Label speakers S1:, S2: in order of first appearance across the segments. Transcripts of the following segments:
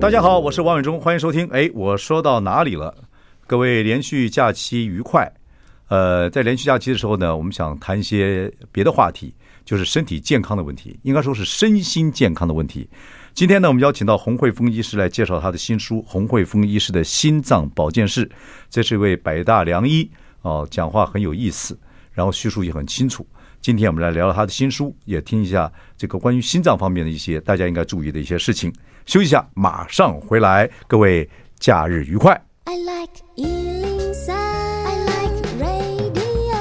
S1: 大家好，我是王伟忠，欢迎收听。哎，我说到哪里了？各位连续假期愉快。呃，在连续假期的时候呢，我们想谈一些别的话题，就是身体健康的问题，应该说是身心健康的问题。今天呢，我们邀请到洪慧峰医师来介绍他的新书《洪慧峰医师的心脏保健室》，这是一位百大良医哦、讲话很有意思，然后叙述也很清楚。今天我们来聊聊他的新书，也听一下这个关于心脏方面的一些大家应该注意的一些事情。休息一下，马上回来，各位假日愉快。
S2: I like Ealing Sound. I like radio.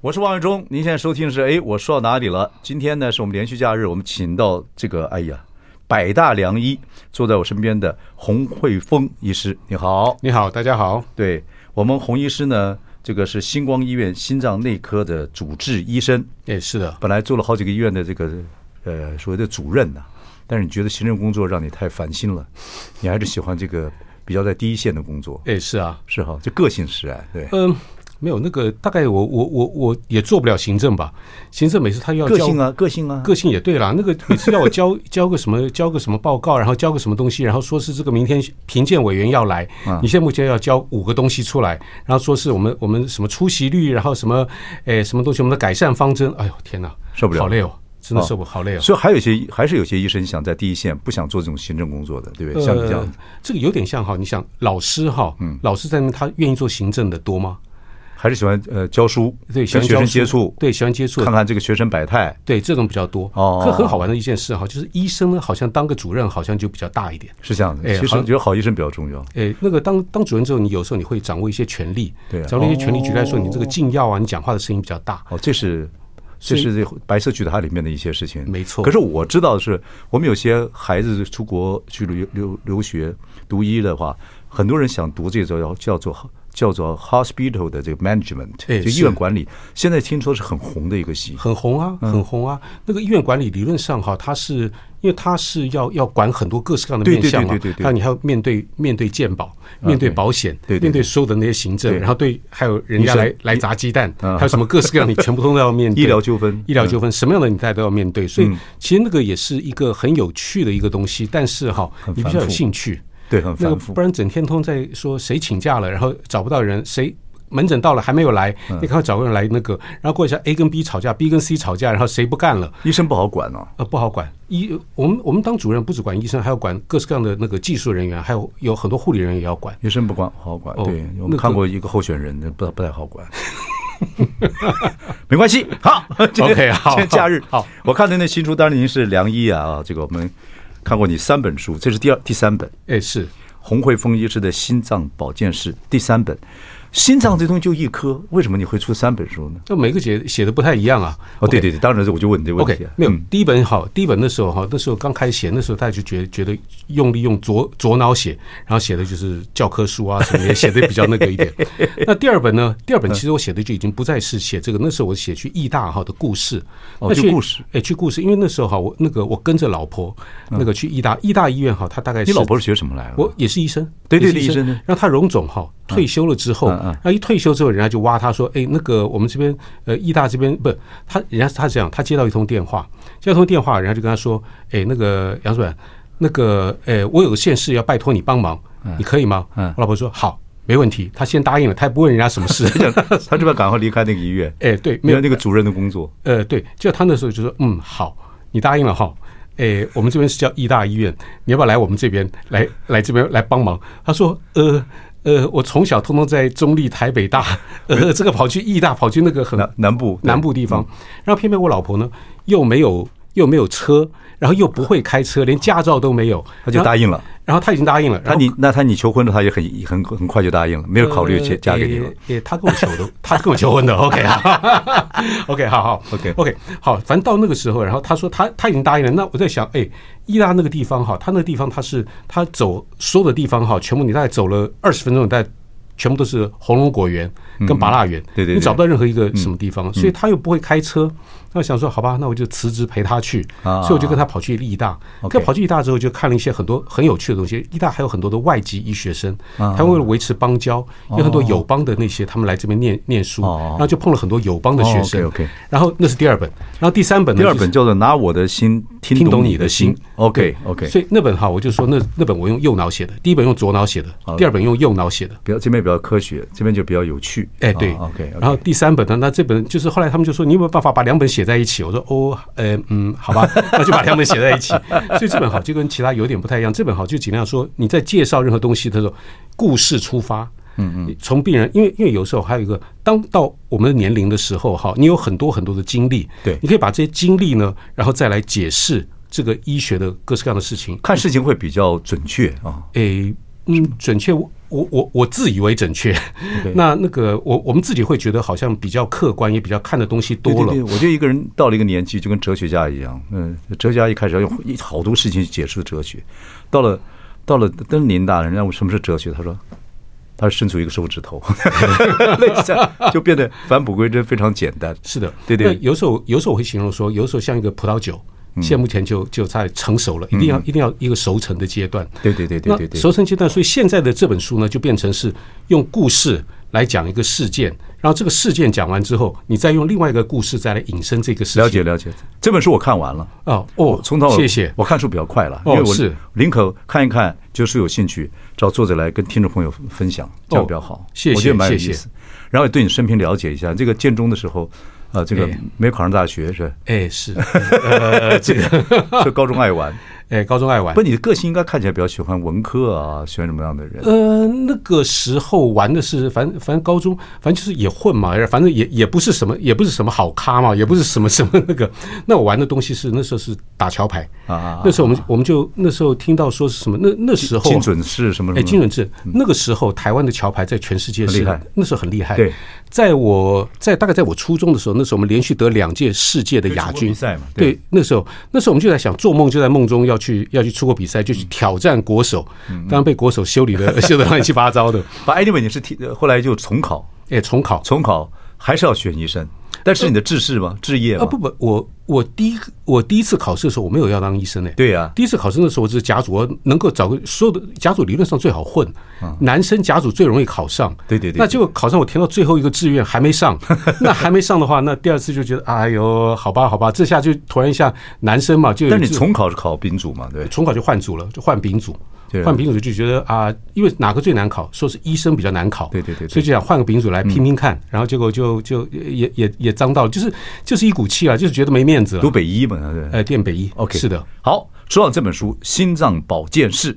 S1: 我是王伟忠，您现在收听的是哎，我说到哪里了？今天呢是我们连续假日，我们请到这个哎呀，百大良医坐在我身边的洪慧峰医师，你好。
S3: 你好，大家好。
S1: 对我们洪医师呢，这个是星光医院心脏内科的主治医生，
S3: 哎，是的，
S1: 本来做了好几个医院的这个呃所谓的主任呐、但是你觉得行政工作让你太烦心了，你还是喜欢这个比较在第一线的工作，
S3: 哎，是啊，
S1: 是哈，这个性使然，对，
S3: 嗯、没有那个，大概我我我我也做不了行政吧。行政每次他又要
S1: 个
S3: 交
S1: 性啊，个性啊，
S3: 呃个性也对啦，那个每次要我交 交个什么交个什么报告，然后交个什么东西，然后说是这个明天评鉴委员要来，
S1: 嗯
S3: 你现在目前要交五个东西出来，然后说是我们我们什么出席率，然后什么诶什么东西，我们的改善方针，哎呦天哪，
S1: 受不了
S3: 好累哦，真的
S1: 哦
S3: 受不好累哦。
S1: 所以还有一些还是有些医生想在第一线，不想做这种行政工作的，对不对？像你这样
S3: 呃
S1: 子，嗯
S3: 这个有点像哈，你想老师哈，老师在那边他愿意做行政的多吗？
S1: 还是喜欢呃教书，
S3: 对，喜
S1: 跟
S3: 欢
S1: 学
S3: 教
S1: 生
S3: 书
S1: 接触，
S3: 对，喜欢接触的
S1: 看看这个学生百态，
S3: 对，这种比较多。
S1: 哦
S3: 可很好玩的一件事哈，就是医生呢，好像当个主任好像就比较大一点。
S1: 是这样子。
S3: 哎
S1: 其实
S3: 好
S1: 我觉得好医生比较重要，
S3: 诶，那个当当主任之后，你有时候你会掌握一些权利，
S1: 对啊
S3: 掌握一些权利。举例来说，
S1: 哦
S3: 你这个禁药啊，你讲话的声音比较大。
S1: 哦，这是这
S3: 所以
S1: 是这白色巨塔里面的一些事情，
S3: 没错
S1: 可是我知道的是，我们有些孩子出国去留留留学读医的话，很多人想读这种叫做叫做 hospital 的这个 management，
S3: 哎
S1: 就医
S3: 是
S1: 院管理，现在听说是很红的一个系。
S3: 很红啊，很红啊！
S1: 嗯
S3: 那个医院管理理论上哈，它是因为它是要要管很多各式各样的
S1: 对
S3: 面
S1: 对
S3: 向嘛，啊
S1: 对对对对啊
S3: 还有你还要面对面对健保、面对保险、
S1: 对对对
S3: 面对所有的那些行政，
S1: 对
S3: 然后对还有人家
S1: 医生
S3: 来来砸鸡蛋，
S1: 啊
S3: 还有什么各式各样，你全部都要面对。
S1: 医疗纠纷嗯
S3: 医疗纠纷，什么样的你大家都要面对，所以其实那个也是一个很有趣的一个东西，但是哈，你必须要
S1: 繁
S3: 有
S1: 复
S3: 兴趣。
S1: 对，很
S3: 那个
S1: 繁复
S3: 不。然整天通在说谁请假了，然后找不到人，谁门诊到了还没有来，
S1: 嗯
S3: 你赶快找个人来那个，然后过一下 A 跟 B 吵架，B 跟 C 吵架，然后谁不干了，
S1: 医生不好管哦。
S3: 呃，不好管。医我们我们当主任不只管医生，还要管各式各样的那个技术人员，还有有很多护理人员也要管。
S1: 医生不管好管，
S3: 哦
S1: 对
S3: 那
S1: 我们
S3: 个
S1: 看过一个候选人，不不太好管。 没关系，好今天
S3: OK，好
S1: 今天假日
S3: 好，
S1: 我看的那新书，当然您是良医啊，啊这个我们看过你三本书，这是第二第三本，
S3: 哎，是
S1: 洪慧峰医师的心脏保健室第三本，心脏这东西就一科，为什么你会出三本书呢？
S3: 那每个写写的不太一样啊。
S1: 哦，对对对，当然是我就问你这个问
S3: OK，
S1: 题啊，
S3: 没有
S1: 嗯
S3: 第一本好，第一本的时候哈，那时候刚开始写，那时候大家就觉得觉得用力用左左脑写，然后写的就是教科书 啊什么，也写的比较那个一点。那第二本呢？
S1: 嗯
S3: 第二本其实我写的就已经不再是写这个，那时候我写去义大哈的故事，
S1: 哦
S3: 那
S1: 就
S3: 去
S1: 故事，嗯
S3: 哎，去故事，因为那时候哈，我那个我跟着老婆那个去义大义大医院哈，他大概
S1: 你
S3: 是
S1: 老婆是学什么来的？
S3: 我也是医生，
S1: 啊对对
S3: 也是
S1: 对医生对
S3: 让他荣总哈退休了之后，
S1: 嗯嗯
S3: 然后一退休之后，人家就挖他说，哎，那个我们这边呃，医大这边不，他人家他这样，他接到一通电话，接到一通电话，人家就跟他说，哎，那个杨主任，那个哎，我有个件事要拜托你帮忙，你可以吗？
S1: 嗯
S3: 我老婆说好，没问题，他先答应了，他也不问人家什 么事。
S1: 他这边赶快离开那个医院，
S3: 哎，对，没
S1: 没
S3: 有
S1: 有那个主任的工作，
S3: 呃，对，就他那时候就说，嗯，好，你答应了哈。诶，我们这边是叫义大医院，你要不要来我们这边来 来这边来帮忙？他说，呃呃，我从小通通在中立、台北大，呃，这个跑去义大，跑去那个很
S1: 南南部对嗯
S3: 南部地方，然后偏偏我老婆呢又没有又没有车，然后又不会开车，连驾照都没有，
S1: 他就答
S3: 应，
S1: 应了。
S3: 然后他已经答应了，然
S1: 他
S3: 后
S1: 你那他你求婚的时候，他也很很很快就答应了，没有考虑嫁嫁给你了
S3: 呃。也也他跟我求 的，他跟我求婚的。OK 啊，OK，好好
S1: OK
S3: OK 好，反正到那个时候，然后他说他他已经答应了。那我在想，哎，伊拉那个地方哈，他那个地方他是他走所有的地方哈，全部你大概走了二十分钟，你大概全部都是红龙果园跟拔蜡园，
S1: 嗯对对对嗯
S3: 你找不到任何一个什么地方，所以他又不会开车。那我想说，好吧，那我就辞职陪他去，
S1: 啊
S3: 所以我就跟他跑去义大。
S1: OK
S3: 跟跑去义大之后，就看了一些很多很有趣的东西。义大还有很多的外籍医学生，
S1: 啊
S3: 他为了维持邦交，有很多友邦的那些，他们来这边念念书，
S1: 哦
S3: 然后就碰了很多友邦的学生。
S1: 哦，OK，OK
S3: 然后那是第二本，然后第三本呢
S1: 第二
S3: 就是
S1: 本叫做《拿我的心听
S3: 听
S1: 懂
S3: 懂
S1: 你
S3: 你
S1: 的
S3: 的
S1: 心
S3: 心》。
S1: OK OK，
S3: 所以那本哈，我就说那那本我用右脑写的，第一本用左脑写的
S1: 好，
S3: 第二本用右脑写的。
S1: 比较这边比较科学，这边就比较有趣。
S3: 哎，对、
S1: ，OK，
S3: 然后第三本呢，那这本就是后来他们就说你有没有办法把两本写在一起？我说哦，呃，嗯，好吧， 那就把两本写在一起。 所以这本好就跟其他有点不太一样，这本好就尽量说你在介绍任何东西的时候，故事出发。嗯嗯，从病人，因为因为有时候还有一个，当到我们的年龄的时候，哈，你有很多很多的经历，
S1: 对
S3: 你可以把这些经历呢，然后再来解释这个医学的各式各样的事情。
S1: 看事情会比较准确啊。
S3: 诶，嗯，准确，我我我我自以为准确。那那个我我们自己会觉得好像比较客观，也比较看的东西多了。
S1: 对对对，我觉得一个人到了一个年纪，就跟哲学家一样，嗯，哲学家一开始要用一好多事情去解释哲学，到了到了登年大人，家问什么是哲学，他说。他伸出一个手指头，类似就变得返璞归真，非常简单。
S3: 是的，
S1: 对嗯对
S3: 那有时候有时候我会形容说，有时候像一个葡萄酒，现在目前就就在成熟了，一定要一定要一个熟成的阶段。
S1: 对对对嗯对
S3: 那
S1: 对对
S3: 熟成阶段，所以现在的这本书呢，就变成是用故事来讲一个事件，然后这个事件讲完之后，你再用另外一个故事再来引申这个事情。
S1: 了解了解，这本书我看完了。
S3: 哦哦，
S1: 从头
S3: 谢谢。
S1: 我看书比较快了，因
S3: 哦
S1: 为我
S3: 是
S1: 林可看一看，就是有兴趣找作者来跟听众朋友分享，这样比较好。
S3: 哦谢谢
S1: 我觉得蛮有
S3: 谢
S1: 意
S3: 谢
S1: 思。然后也对你生平了解一下。这个建中的时候，呃，这个
S3: 哎
S1: 没有考上大学 是吧，
S3: 哎，是，呃，这个，
S1: 所以高中爱玩。
S3: 哎，高中爱玩
S1: 不，。你的个性应该看起来比较喜欢文科啊，喜欢什么样的人？
S3: 呃，那个时候玩的是，反正反正高中，反正就是也混嘛，反正也也不是什么，也不是什么好咖嘛，也不是什么什么那个。那我玩的东西是那时候是打桥牌
S1: 啊啊啊
S3: 那时候我们我们就那时候听到说是什么，那那时候
S1: 精准是什么什
S3: 哎，
S1: 么？
S3: 金准制，那个时候台湾的桥牌在全世界
S1: 嗯很厉
S3: 是
S1: 害
S3: 那时候很厉害。
S1: 对，
S3: 在我在大概在我初中的时候，那时候我们连续得两届世界的亚
S1: 因为出国比
S3: 军
S1: 赛嘛对
S3: 对，那时候那时候我们就在想，做梦就在梦中要去要去出国比赛，就去挑战国手，
S1: 嗯
S3: 当然被国手修理的 修的乱七八 糟的。
S1: 把 anyway 你是提，呃后来就重考，
S3: 哎，重考
S1: 重考还是要选医生，但是你的志士嘛，志业
S3: 啊
S1: 嘛，
S3: 不不，我我第一我第一次考试的时候，我没有要当医生哎。
S1: 对呀
S3: 第一次考试的时候，我只是甲组，我能够找个所有的甲组理论上最好混，男生甲组最容易考上。
S1: 嗯对对对
S3: 那结果考上，我填到最后一个志愿还没上， 那还没上的话，那第二次就觉得，哎呦，好吧好吧，这下就突然一下男生嘛，就有
S1: 但你
S3: 这
S1: 重考是考丙组嘛，对不对。
S3: 重考就换组了，就换丙组
S1: 对。
S3: 换丙组就觉得啊，因为哪个最难考？说是医生比较难考，
S1: 对对嗯对对
S3: 所以就想换个丙组来拼拼看，然后结果就就也也也脏到了，就是就是一股气啊，就是觉得没面子了
S1: 读。北医嘛，对不对。
S3: 呃，电北一
S1: OK，
S3: 是的，。
S1: 好，说到这本书《心脏保健室》，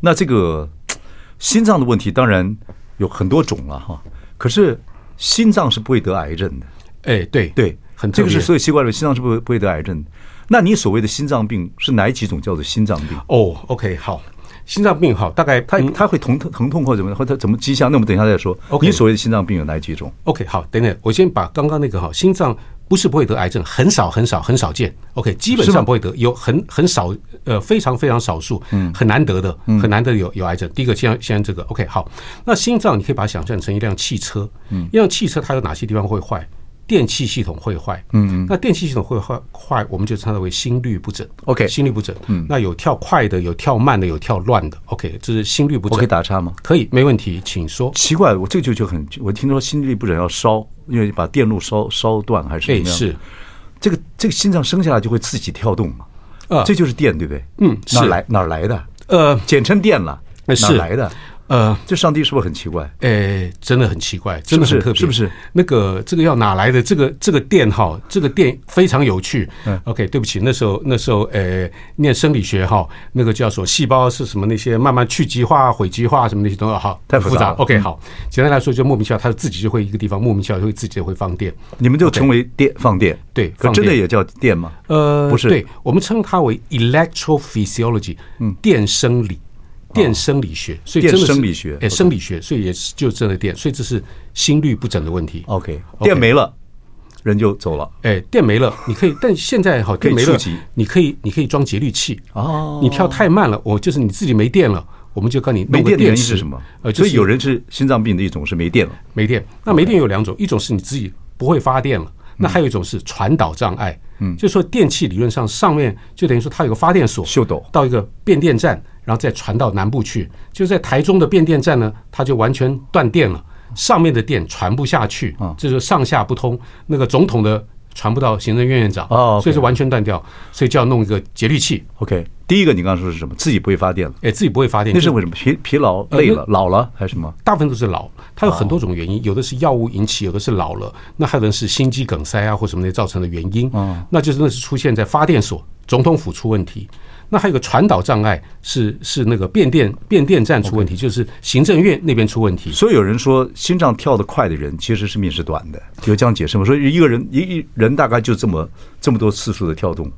S1: 那这个嘖心脏的问题当然有很多种了哈，可是心脏是不会得癌症的，
S3: 哎，对
S1: 对，
S3: 很
S1: 这
S3: 特
S1: 个
S3: 别
S1: 是所有奇怪的，心脏是不会不会得癌症的。那你所谓的心脏病是哪几种叫做心脏病？
S3: 哦，OK，好，心脏病好，大概
S1: 它
S3: 它、嗯
S1: 它会疼疼痛或者怎么，或者怎么迹象？那我们等一下再说。
S3: OK
S1: 你所谓的心脏病有哪几种？
S3: OK 好，等等，我先把刚刚那个哈，心脏不是不会得癌症，很少很少很少见，OK，基本
S1: 是吗
S3: 上不会得，有很很少呃非常非常少数，很难得的，很难得有有癌症。第一个先先这个 OK 好，那心脏你可以把它想象成一辆汽车，一辆汽车它有哪些地方会坏？电气系统会坏，嗯，那电气系统会坏坏，我们就称它为心律不整
S1: OK
S3: 心律不整，嗯，那有跳快的，有跳慢的，有跳乱的，OK，这是心律不
S1: 我
S3: 整。
S1: 可以打岔吗？
S3: 可以，没问题，请说。
S1: 奇怪，我这个就就很，我听说心律不整要烧，因为把电路烧烧断还是怎
S3: 哎，
S1: 么样？
S3: 是，
S1: 这个这个心脏生下来就会自己跳动嘛，
S3: 啊
S1: 这就是电，对不对？
S3: 嗯
S1: 哪儿
S3: 是
S1: 来哪儿来的？
S3: 呃，
S1: 简称电了，
S3: 呃
S1: 哪儿
S3: 是
S1: 来的？
S3: 呃，
S1: 这上帝是不是很奇怪？
S3: 诶，真的很奇怪，真
S1: 不
S3: 的
S1: 是
S3: 很特别，
S1: 是不是？
S3: 那个这个要哪来的？这个这个店哈，这个店非常有趣。
S1: 嗯
S3: OK，对不起，那时候那时候诶，念生理学哈，那个叫什么细胞是什么那些慢慢去极化、毁极化什么那些东西，好，
S1: 太复
S3: 复
S1: 杂了
S3: OK，好，简单来说，就莫名其妙，它自己就会一个地方莫名其妙就会自己就会放电。
S1: 你们就称为电放电，
S3: 对
S1: 可
S3: 放
S1: 真的
S3: 电
S1: 也叫电吗？
S3: 呃，
S1: 不是
S3: 对我们称它为 electrophysiology，嗯，电生理。电生理学，所以真的是
S1: 哦电生理学
S3: 哎，
S1: ，OK
S3: 生理学，所以也是就真的电，所以这是心律不整的问题。
S1: OK，
S3: OK
S1: 电没了，人就走了。
S3: 哎，电没了，你可以，但现在好，
S1: 可以
S3: 电没
S1: 触
S3: 了
S1: 及，
S3: 你可以，你可以装节律器
S1: 哦
S3: 你跳太慢了，我就是你自己没电了，我们就告你
S1: 没
S3: 弄个
S1: 电的原因
S3: 池
S1: 是什么？
S3: 呃，就
S1: 所
S3: 是
S1: 以有人是心脏病的一种是没电了。
S3: 没电。那没电有两种，一种是你自己不会发电了，
S1: 嗯
S3: 那还有一种是传导障碍。嗯，就是说电器理论上上面就等于说它有个发电所，
S1: 秀逗
S3: 到一个变电站，然后再传到南部去。就在台中的变电站呢，它就完全断电了，上面的电传不下去
S1: 嗯，
S3: 这就是上下不通。那个总统的传不到行政院院长，
S1: 哦，OK
S3: 所以是完全断掉，所以就要弄一个节律器。
S1: OK，第一个你刚刚说是什么？自己不会发电了，
S3: 哎，自己不会发电，
S1: 那
S3: 就是
S1: 为什么？疲疲劳、
S3: 呃
S1: 累
S3: 那
S1: 了、老了还是什么？
S3: 大部分都是老，它有很多种原因，有的是药物引起，有的是老了，那还有的是心肌梗塞啊或什么的造成的原因。
S1: 哦
S3: 那就是那是出现在发电所、总统府出问题。那还有个传导障碍是是那个变电变电站出问题，就是行政院那边出问题。
S1: 所以有人说，心脏跳得快的人其实是命是短的，有这样解释吗？说一个人一一人大概就这么这么多次数的跳动，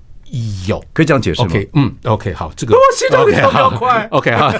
S3: 有
S1: 可以这样解释吗
S3: OK，嗯，OK，好，这个我
S1: 心脏跳得要快
S3: OK 好，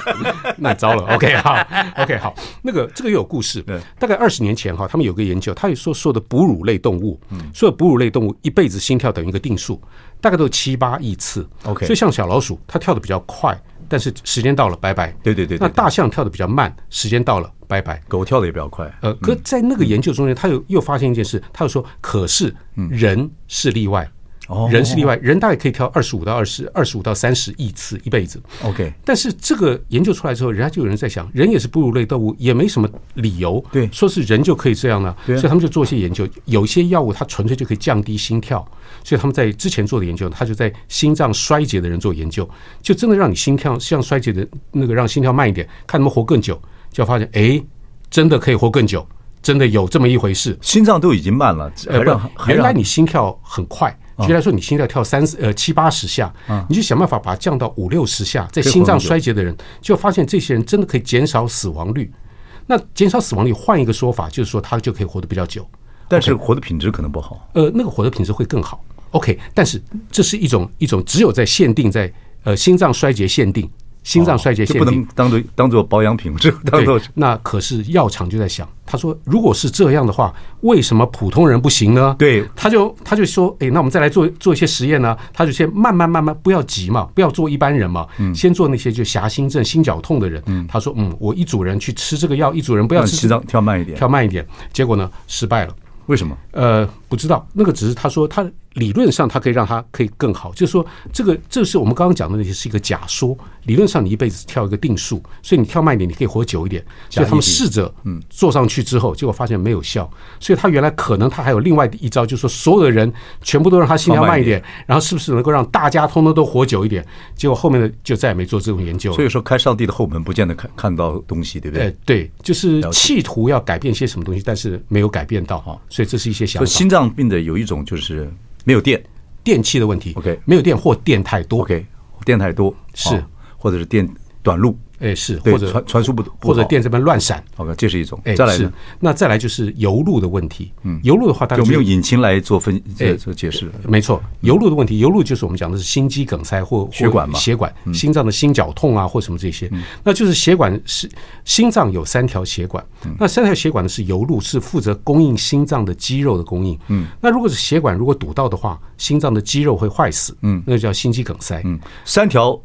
S3: 那糟了。OK 好，OK 好，那个这个又有故事
S1: 对。
S3: 大概二十年前哈，他们有个研究，他也说所有的哺乳类动物，
S1: 嗯
S3: 所有哺乳类动物一辈子心跳等于一个定数，大概都是七八亿次。
S1: OK
S3: 所以像小老鼠，它跳得比较快，但是时间到了，拜拜。
S1: 对对对对
S3: 那大象跳得比较慢，时间到了，拜拜。
S1: 狗跳的也比较快。
S3: 呃，可在那
S1: 嗯
S3: 个研究中间，他有又发现一件事，他又说，可是
S1: 嗯
S3: 人是例外，
S1: 哦
S3: 人是例外，人大概可以跳二十五到二十二十五到三十亿次一辈子。
S1: OK
S3: 但是这个研究出来之后，人家就有人在想，人也是哺乳类动物，也没什么理由，
S1: 对
S3: 说是人就可以这样呢、
S1: 对啊
S3: 所以他们就做一些研究，有些药物它纯粹就可以降低心跳，所以他们在之前做的研究，他就在心脏衰竭的人做研究，就真的让你心跳心脏衰竭的那个让心跳慢一点，看他们活更久，就发现哎，真的可以活更久，真的有这么一回事。
S1: 心脏都已经慢了，还
S3: 呃，
S1: 让
S3: 不，
S1: 还
S3: 原来
S1: 让嗯
S3: 你心跳很快，举例来说，你心跳跳三四呃七八十下，你就想办法把它降到五六十下。在
S1: 以活
S3: 心脏
S1: 很久
S3: 衰竭的人，就发现这些人真的可以减少死亡率。那减少死亡率，换一个说法，就是说他就可以活得比较久。
S1: 但是活的品质可能不好。
S3: 呃，那个活的品质会更好。OK，但是这是一种一种只有在限定在呃心脏衰竭限定，心脏衰竭
S1: 哦就
S3: 限
S1: 不
S3: 定
S1: 能当做当做保养品，这 当做
S3: 对，那可是药厂就在想，他说如果是这样的话，为什么普通人不行呢？
S1: 对
S3: 他就他就说，哎，那我们再来做做一些实验呢、他就先慢慢慢慢，不要急嘛，不要做一般人嘛，
S1: 嗯
S3: 先做那些就狭心症、心绞痛的人。他说，嗯，我一组人去吃这个药，一组人不要
S1: 让
S3: 吃
S1: 心
S3: 这个
S1: 脏跳慢一点
S3: 跳。慢一点。结果呢，失败了。
S1: 为什么？
S3: 呃，不知道，那个只是他说他理论上他可以让他可以更好，就是说这个这是我们刚刚讲的那些是一个假说，理论上你一辈子跳一个定数，所以你跳慢一点，你可以活久一点。所以他们试着嗯坐上去之后，结果发现没有效，所以他原来可能他还有另外一招，就是说所有的人全部都让他心跳
S1: 放慢
S3: 慢
S1: 一
S3: 一点，然后是不是能够让大家通通都活久一点？结果后面的就再也没做这种研究了。
S1: 所以说开上帝的后门，不见得看看到东西，对不
S3: 呃
S1: 对？，
S3: 对，就是
S1: 解哦
S3: 企图要改变些什么东西，但是没有改变到，所以这是一些想
S1: 所以
S3: 法。
S1: 心脏病的有一种就是没有电
S3: 电器的问题
S1: OK
S3: 没有电或电太多
S1: ，OK，电太多
S3: 是
S1: 啊或者是电短路
S3: 哎是，
S1: 对
S3: 或者
S1: 传传输不不
S3: 或者
S1: 好
S3: 电这边乱闪，
S1: ，OK，这是一种
S3: 哎。
S1: 再来
S3: 是
S1: 呢，，
S3: 那再来就是油路的问题，嗯，油路的话大概
S1: 有
S3: 就
S1: 没
S3: 是
S1: 有引擎来做分这
S3: 哎
S1: 做解释？
S3: 没错，油路的问题，油路就是我们讲的是心肌梗塞或或
S1: 血管嘛嗯
S3: 血管、心脏的心绞痛啊，或什么这些，那就是血管是心脏有三条血管，
S1: 嗯
S3: 那三条血管呢是油路，是负责供应心脏的肌肉的供应。嗯，那如果是血管如果堵到的话，心脏的肌肉会坏死，嗯，那就叫心肌梗塞。嗯，
S1: 三条，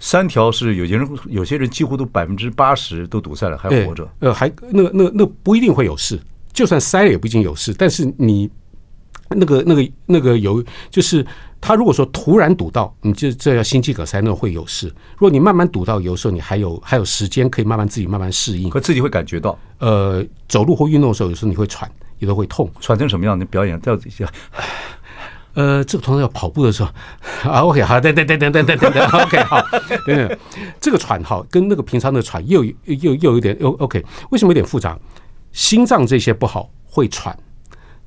S1: 三条是有些人有些人几乎都百分之八十都堵塞了，还
S3: 对，
S1: 活着。
S3: 呃，还那个那个那个不一定会有事，就算塞了也不一定有事。但是你那个那个那个有，就是他如果说突然堵到，你这这要心肌梗塞，那会有事。如果你慢慢堵到，有时候你还有还有时间可以慢慢自己慢慢适应
S1: 可。自己会感觉到
S3: 呃，走路或运动的时候，有时候你会喘，有的会痛。
S1: 喘成什么样？你表演到底下
S3: 呃，这个同学要跑步的时候， 啊，OK，好，等等等等等等 等等，OK，好，等等，这个喘哈跟那个平常的喘又有又又有点又 OK，为什么有点复杂？心脏这些不好会喘，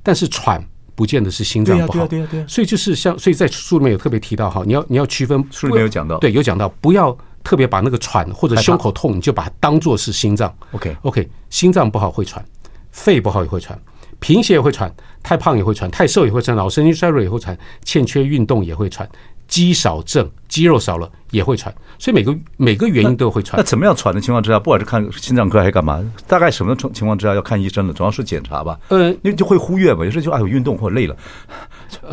S3: 但是喘不见得是心脏
S4: 对呀
S3: 不
S4: 对呀
S3: 好，
S4: 对呀对呀
S3: 所以就是像，所以在书里面有特别提到哈，你要你要区分，
S1: 书里面有讲到
S3: 对，有讲到不要特别把那个喘或者胸口痛，你就把它当做是心脏。
S1: OK
S3: OK，心脏不好会喘，肺不好也会喘，贫血也会喘，太胖也会喘，太瘦也会喘，脑神经衰弱也会喘，欠缺运动也会喘，肌少症肌肉少了也会喘，所以每个每个原因都会
S1: 那
S3: 喘。
S1: 怎么样喘的情况之下，不管是看心脏科还是干嘛，大概什么情况之下要看医生了？主要是检查吧，
S3: 呃，
S1: 因为就会忽略嘛，有时候就哎呦运动或者累了，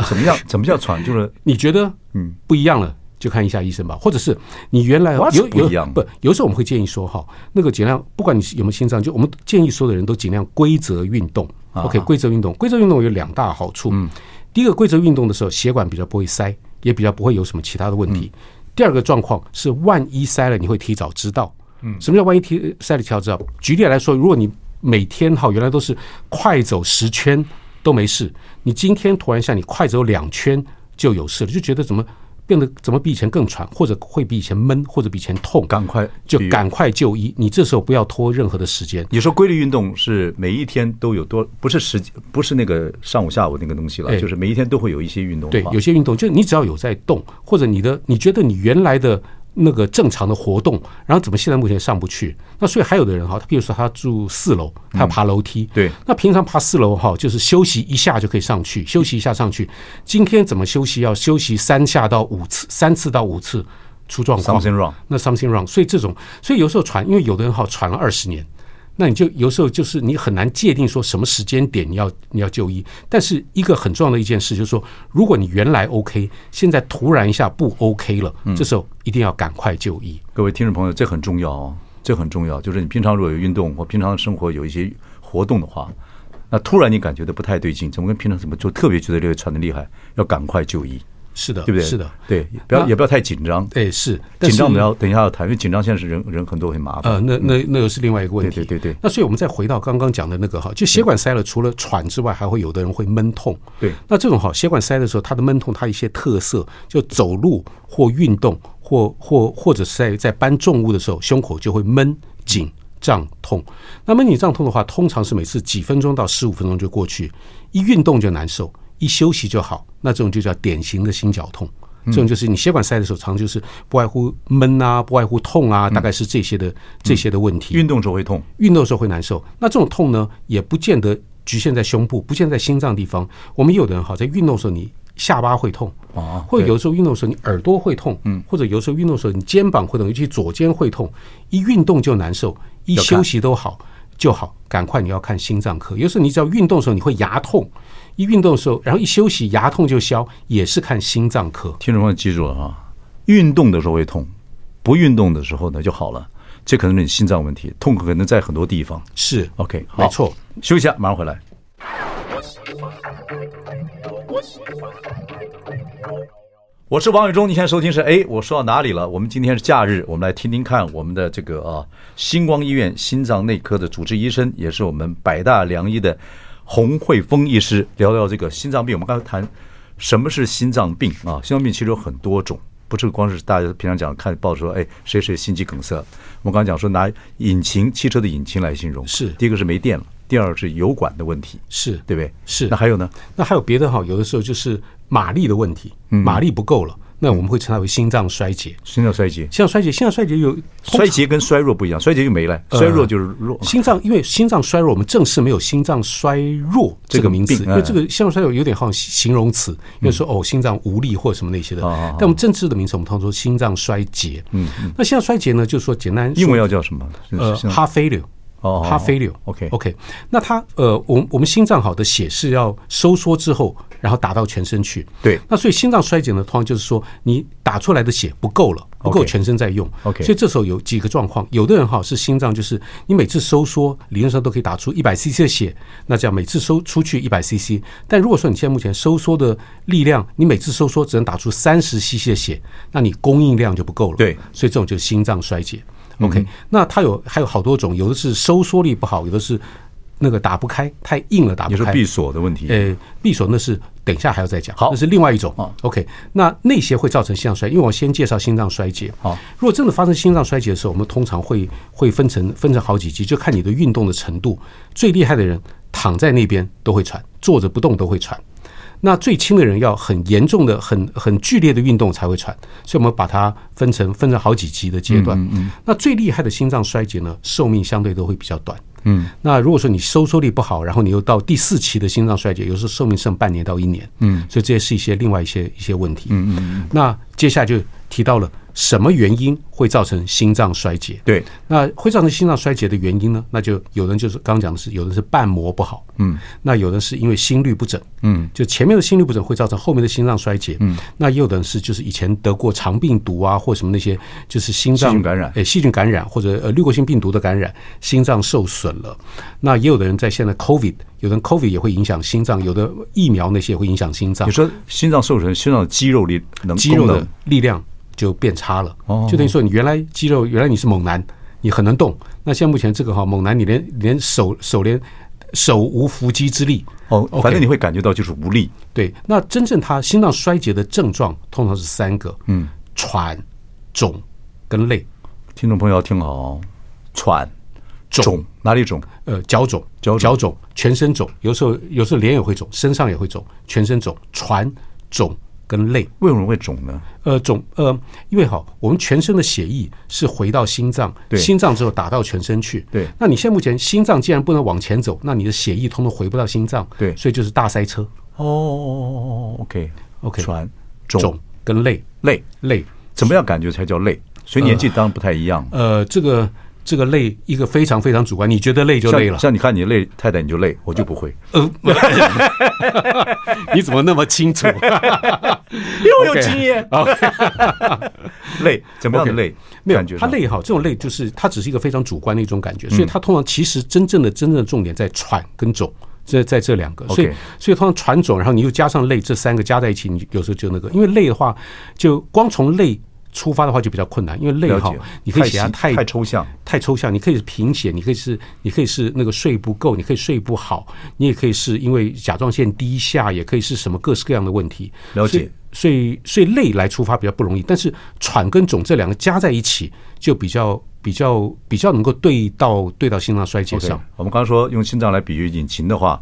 S1: 怎么样怎么样喘就是
S3: 你觉得
S1: 嗯
S3: 不一样了，就看一下医生吧，或者是你原来
S1: What's
S3: 有
S1: 不一样
S3: 有不有时候我们会建议说哈，那个尽量不管你是有没有心脏，就我们建议所有的人
S1: 啊
S3: 都尽量规则运动。OK，规则运动，规则运动有两大好处。
S1: 嗯
S3: 第一个，规则运动的时候，血管比较不会塞，也比较不会有什么其他的问题。
S1: 嗯
S3: 第二个状况是，万一塞了，你会提早知道。嗯，什么叫万一提塞了提早知道？举例来说，如果你每天哈原来都是快走十圈都没事，你今天突然像你快走两圈就有事了，就觉得怎么变得怎么比以前更喘，或者会比以前闷，或者比以前痛，
S1: 赶快
S3: 就
S1: 去
S3: 赶快就医。你这时候不要拖任何的时间，
S1: 你说规律运动是每一天都有多不是时不是那个上午下午那个东西了，
S3: 哎
S1: 就是每一天都会有一些运动的
S3: 对
S1: 话。，
S3: 有些运动就是你只要有在动，或者你的你觉得你原来的那个正常的活动，然后怎么现在目前上不去？那所以还有的人哈，他比如说他住四楼，他要爬楼梯，
S1: 嗯对
S3: 那平常爬四楼哈，就是休息一下就可以上去，休息一下上去。今天怎么休息？要休息三下到五次，三次到五次出状况
S1: Something wrong
S3: 那 something wrong。所以这种，所以有时候喘，因为有的人哈喘了二十年，那你就有时候就是你很难界定说什么时间点你要你要就医。但是一个很重要的一件事就是说，如果你原来 OK，现在突然一下不 OK 了，
S1: 嗯
S3: 这时候一定要赶快就医。
S1: 各位听众朋友，这很重要哦，这很重要。就是你平常如果有运动或平常生活有一些活动的话，那突然你感觉到不太对劲，怎么跟平常怎么就特别觉得这个喘的厉害，要赶快就医，
S3: 是的，
S1: 对不对？
S3: 是的，
S1: 对，也不要
S3: 那
S1: 也不要太紧张。
S3: 哎，是但
S1: 紧
S3: 是
S1: 张我们要等一下要谈，因为紧张现在是人人很多很麻
S3: 呃，
S1: 烦。
S3: 那那那又是另外一个问题。
S1: 对对对对
S3: 那所以我们再回到刚刚讲的那个哈，就血管塞了，除了喘之外，还会有的人会闷痛。
S1: 对
S3: 那这种哈，血管塞的时候，它的闷痛，它一些特色，就走路或运动或或或者是在在搬重物的时候，胸口就会闷紧。胀痛，那么你胀痛的话，通常是每次几分钟到十五分钟就过去，一运动就难受，一休息就好，那这种就叫典型的心绞痛。这种就是你血管塞的时候，常常就是不外乎闷啊，不外乎痛啊，大概是这些的这些的问题。
S1: 运动时候会痛，
S3: 运动的时候会难受。那这种痛呢，也不见得局限在胸部，不见在心脏地方。我们有的人哈，在运动的时候你下巴会痛，
S1: 哦
S3: 或者有的时候运动的时候你耳朵会痛，啊嗯，或者有时候运动的时候你肩膀会痛，尤其左肩会痛，一运动就难受，一
S1: 要看
S3: 休息都好就好，赶快你要看心脏科。有时候你只要运动的时候你会牙痛，一运动的时候，然后一休息牙痛就消，也是看心脏科。
S1: 听众朋友记住了啊，运动的时候会痛，不运动的时候呢就好了。这可能是你心脏问题，痛可能在很多地方。
S3: 是
S1: OK，好
S3: 没错。
S1: 休息一下，马上回来。我是王伟忠，你现在收听是哎，我说到哪里了？我们今天是假日，我们来听听看我们的这个啊，星光医院心脏内科的主治医生，也是我们百大良医的洪慧峰医师，聊聊这个心脏病。我们刚才谈什么是心脏病啊？心脏病其实有很多种，不是光是大家平常讲看报纸说哎谁谁心肌梗塞，我们刚才讲说拿引擎汽车的引擎来形容，
S3: 是
S1: 第一个是没电了，第二是油管的问题，
S3: 是
S1: 对不对？
S3: 是
S1: 那还有呢？
S3: 那还有别的哈，有的时候就是马力的问题，
S1: 嗯
S3: 马力不够了，那我们会称它为心脏衰竭。
S1: 心脏衰竭。
S3: 心脏衰竭，心脏衰竭有通
S1: 衰竭跟衰弱不一样，衰竭就没了，
S3: 呃
S1: 衰弱就是弱。
S3: 心脏，因为心脏衰弱，我们正式没有心脏衰弱
S1: 这个
S3: 这个名词，
S1: 病
S3: 因
S1: 哎
S3: 为这个心脏衰弱有点好像形容词，因为说哦心脏无力或什么那些的
S1: 哦哦哦。
S3: 但我们正式的名词，我们通常说心脏衰竭。嗯，那心脏衰竭呢，就是说简单说
S1: 英文要叫什么？
S3: 呃
S1: 心脏
S3: heart failure。
S1: 哦哦
S3: heart failure。
S1: OK
S3: OK，那它呃，我们我们心脏好的血是要收缩之后，然后打到全身去。
S1: 对
S3: 那所以心脏衰竭呢，通常就是说你打出来的血不够了，不够
S1: OK
S3: 全身在用。
S1: OK
S3: 所以这时候有几个状况，有的人哈是心脏就是你每次收缩理论上都可以打出一百 CC 的血，那这样每次收出去一百 CC，但如果说你现在目前收缩的力量，你每次收缩只能打出三十 CC 的血，那你供应量就不够了。
S1: 对
S3: 所以这种就是心脏衰竭。OK，、那它有还有好多种，有的是收缩力不好，有的是那个打不开，太硬了打
S1: 你
S3: 不
S1: 说
S3: 开。
S1: 闭锁的问题，
S3: 呃，闭锁那是等一下还要再讲，
S1: 好
S3: 那是另外一种
S1: 哦。
S3: OK，那那些会造成心脏衰竭，因为我先介绍心脏衰竭。
S1: 好，
S3: 如果真的发生心脏衰竭的时候，我们通常会会分成分成好几级，就看你的运动的程度。最厉害的人躺在那边都会喘，坐着不动都会喘。那最轻的人要很严重的、很很剧烈的运动才会喘，所以我们把它分成分成好几级的阶段。那最厉害的心脏衰竭呢，寿命相对都会比较短。嗯，那如果说你收缩力不好，然后你又到第四期的心脏衰竭，有时候寿命剩半年到一年。嗯，所以这也是一些另外一些一些问题。嗯嗯。那接下来就提到了什么原因会造成心脏衰竭？
S1: 对，
S3: 那会造成心脏衰竭的原因呢？那就有人就是刚刚讲的是，有人是瓣膜不好，嗯，那有人是因为心律不整，嗯，就前面的心律不整会造成后面的心脏衰竭，嗯，那也有的人是就是以前得过肠病毒啊或什么那些就是心脏
S1: 细菌感染
S3: 呃，细菌感染或者呃滤过性病毒的感染，心脏受损了。那也有的人在现在 COVID，有人 COVID 也会影响心脏，有的疫苗那些也会影响心脏
S1: 你。说心脏受损，心脏的肌肉力能
S3: 啊肌肉
S1: 功
S3: 的
S1: 能
S3: 力量就变差了
S1: 哦。
S3: 就等于说，你原来肌肉原来你是猛男，你很能动，那现在目前这个哈猛男，你连连手手连手无缚鸡之力。
S1: 哦，
S3: OK
S1: 反正你会感觉到就是无力，
S3: 对，那真正他心脏衰竭的症状通常是三个，嗯，喘、肿跟累，
S1: 听众朋友要听好哦，喘、
S3: 肿
S1: 肿哪里肿？
S3: 呃，脚肿、
S1: 脚肿
S3: 全身肿，有时候有时候脸也会肿，身上也会肿，全身肿、喘、肿跟累。
S1: 为什么会肿呢？
S3: 呃，总呃，因为哈，我们全身的血液是回到心脏，
S1: 对
S3: 心脏之后打到全身去。
S1: 对
S3: 那你现在目前心脏既然不能往前走，那你的血液通通回不到心脏，
S1: 对
S3: 所以就是大塞车，
S1: 哦哦哦，OK
S3: OK
S1: 喘、
S3: 肿
S1: 肿、
S3: 跟累
S1: 累，
S3: 累。
S1: 怎么样感觉才叫累？所以年纪当然不太一样。
S3: 呃，这个这个累，一个非常非常主观，你觉得累就累了
S1: 像，像你看你累，太太你就累，我就不会，
S3: 呃， 你怎么那么清 楚？
S1: 又有经验。 累怎么样的
S3: 啊 OK
S1: 累？
S3: 没有
S1: 感觉，嗯
S3: 它
S1: 上
S3: 累哈，这种累就是它只是一个非常主观的一种感觉，所以它通常其实真正的真正的重点在喘跟肿。这在这两个，所以
S1: OK
S3: 所以通常喘肿，然后你又加上累这三个加在一起，你有时候就那个，因为累的话，就光从累出发的话就比较困难，因为累
S1: 了
S3: 哈
S1: 解，，
S3: 你可以写
S1: 太
S3: 它
S1: 细
S3: 太
S1: 太抽象。
S3: 太抽象，你可以是贫血，你可以是你可以是那个睡不够，你可以睡不好，你也可以是因为甲状腺低下，也可以是什么各式各样的问题。
S1: 了解
S3: 所以，所以所以累来出发比较不容易，但是喘跟肿这两个加在一起就比较比较比较能够对到对到心脏衰竭
S1: OK，
S3: 上。
S1: 我们刚刚说用心脏来比喻引擎的话，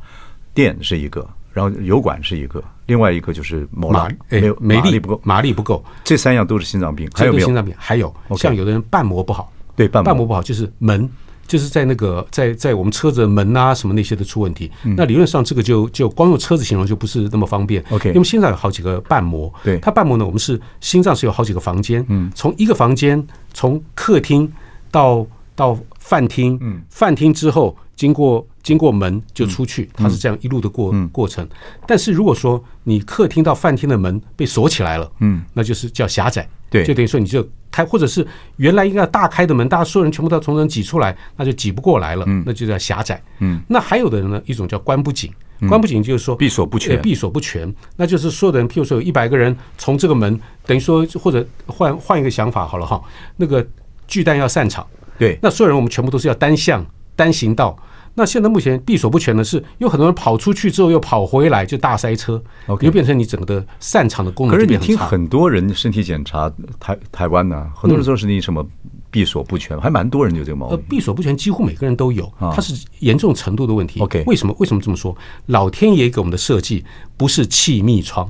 S1: 电是一个，然后油管是一个，另外一个就是某
S3: 马哎
S1: 拉
S3: 诶
S1: 哦没有
S3: 没
S1: 马
S3: 力
S1: 力不够，
S3: 马力不够，
S1: 这三样都是心脏病，还
S3: 这
S1: 有
S3: 个
S1: 没
S3: 心
S1: 有？
S3: 脏病还有
S1: OK
S3: 像有的人瓣膜不好，
S1: 对，瓣
S3: 瓣膜
S1: 膜
S3: 不好就是门，就是在那个在在我们车子的门啊什么那些的出问题。那理论上这个就就光用车子形容就不是那么方便。
S1: OK
S3: 因为心脏有好几个瓣膜，
S1: 对
S3: 它瓣膜呢，我们是心脏是有好几个房间，嗯，从一个房间从客厅到到饭厅，嗯，饭厅之后经过。经过门就出去，它是这样一路的过、过程。但是如果说你客厅到饭厅的门被锁起来了，嗯，那就是叫狭窄，
S1: 对
S3: 就等于说你就开，或者是原来应该大开的门，大家所有人全部都要从中挤出来，那就挤不过来了，那就叫狭窄。嗯，那还有的人呢，一种叫关不紧，关不紧就是说
S1: 嗯闭锁不全
S3: 呃闭锁不全，那就是所有的人，譬如说有一百个人从这个门，等于说或者换换一个想法好了哈，那个巨蛋要散场，
S1: 对
S3: 那所有人我们全部都是要单向单行道。那现在目前闭锁不全的是，有很多人跑出去之后又跑回来，就大塞车
S1: OK
S3: 你就变成你整个的散场的功能
S1: 可是
S3: 就
S1: 你
S3: 变很
S1: 听
S3: 差。嗯
S1: 很多人身体检查，台台湾呢、很多人说是你什么闭锁不全，还蛮多人有这个毛
S3: 呃
S1: 病，。
S3: 闭锁不全几乎每个人都有，它是严重程度的问题。
S1: 啊 OK
S3: 为什么？为什么这么说？老天爷给我们的设计不是气密窗，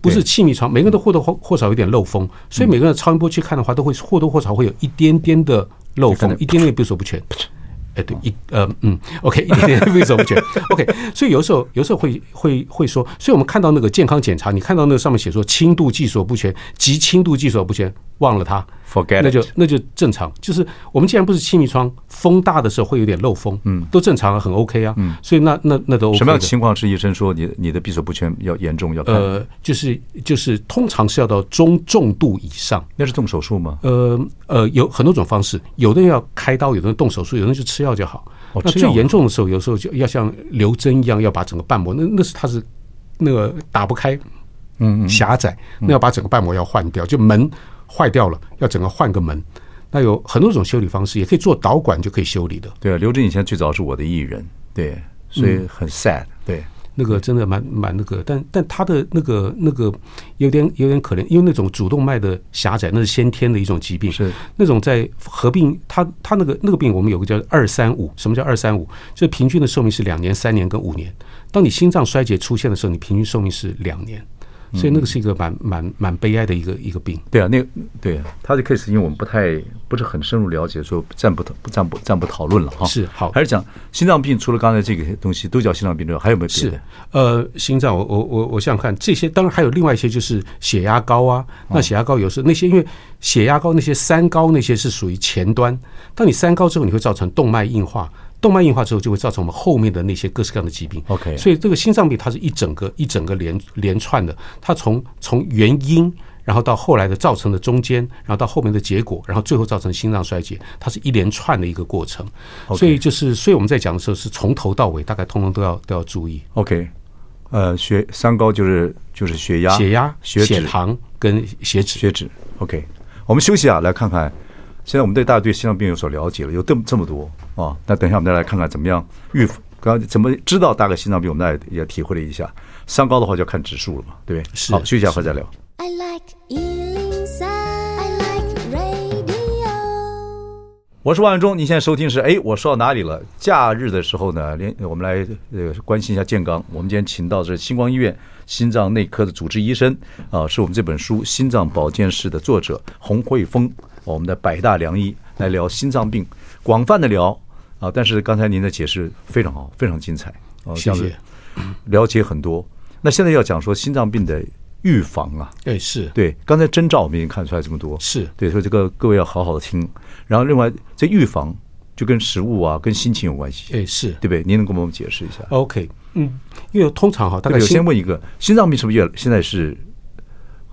S3: 不是
S1: 对嗯
S3: 气密窗，每个人都或多或少有点漏风，所以每个人的超音波去看的话，都会或多或少会有一点点的漏
S1: 看
S3: 风
S1: 到，
S3: 一点点闭锁不全。哎，对，一呃嗯，OK，一点点闭锁不全，OK，所以有时候有时候会会会说，所以我们看到那个健康检查，你看到那个上面写说轻度闭锁不全、极轻度闭锁不全，忘了它
S1: Forget
S3: 呃那就
S1: it
S3: 那就正常。就是我们既然不是气密窗，风大的时候会有点漏风，嗯，都正常啊，很 OK 啊，嗯，所以那那那都 OK 的。
S1: 什么样的情况是医生说你你的闭锁不全要严重要看？
S3: 呃，就是就是通常是要到中重度以上。
S1: 那是动手术吗？
S3: 呃呃，有很多种方式，有的人要开刀，有的人动手术，有的人就吃药就好。
S1: 哦
S3: 那
S1: 吃药
S3: 最严重的时候，有时候就要像刘真一样，要把整个瓣膜，那那是他是那个打不开，嗯，狭窄，那要把整个瓣膜要换掉，就门坏掉了，要整个换个门。那有很多种修理方式，也可以做导管就可以修理的。
S1: 对啊，刘真以前最早是我的艺人，对，所以很 sad，对，
S3: 那个真的蛮蛮那个，但但他的那个那个有点有点可怜，因为那种主动脉的狭窄，那是先天的一种疾病，
S1: 是
S3: 那种在合并，他他那个那个病，我们有个叫二三五，什么叫二三五？就是平均的寿命是两年、三年跟五年。当你心脏衰竭出现的时候，你平均寿命是两年，所以那个是一个蛮蛮蛮悲哀的一个一个病。
S1: 对啊，那个对啊他的 case，因为我们不太不是很深入了解，所以暂不不暂不暂不讨论了哈。
S3: 是好
S1: 还是讲心脏病，除了刚才这个东西都叫心脏病之外，还有没有别
S3: 是
S1: 的？，
S3: 呃，心脏，我我我我想想看，这些当然还有另外一些，就是血压高啊。
S1: 哦
S3: 那血压高有时候那些，因为血压高那些三高那些是属于前端，当你三高之后，你会造成动脉硬化，动脉硬化之后就会造成我们后面的那些各式各样的疾病。
S1: OK
S3: 所以这个心脏病它是一整个一整个连连串的，它从从原因。然后到后来的造成的中间，然后到后面的结果，然后最后造成心脏衰竭，它是一连串的一个过程。所以就是，所以我们在讲的时候是从头到尾，大概通通都要都要注意。
S1: OK，呃，血三高就是就是血压、
S3: 血压、
S1: 啊血
S3: 血
S1: 脂、
S3: 糖跟血脂。
S1: 血脂。OK，我们休息啊，来看看。现在我们对大家对心脏病有所了解了，有这么这么多啊。那等一下我们再来看看怎么样预防，刚刚怎么知道大概心脏病，我们大家也体会了一下。三高的话就要看指数了嘛，对不对？
S3: 是
S1: 好，休息一下，回来再聊。
S2: I like Ealing Sound. I like radio.
S1: 我是万永忠，您现在收听是哎，我说到哪里了？假日的时候呢，连我们来呃关心一下健康。我们今天请到这星光医院心脏内科的主治医生啊、是我们这本书《心脏保健室》的作者洪慧峰，啊我们的百大良医来聊心脏病，广泛的聊啊。但是刚才您的解释非常好，非常精彩啊，
S3: 谢谢
S1: 这样子了解很多。那现在要讲说心脏病的预防啊，
S3: 对，是，
S1: 对，刚才征兆我们已经看出来这么多，
S3: 是
S1: 对，所以这个各位要好好的听。然后另外，这预防就跟食物啊、跟心情有关系，
S3: 哎，是
S1: 对不对？您能给我们解释一下？
S3: ，OK，嗯，因为通常哈，大
S1: 对不
S3: 概
S1: 对我
S3: 心
S1: 先问一个，心脏病是不是越现在是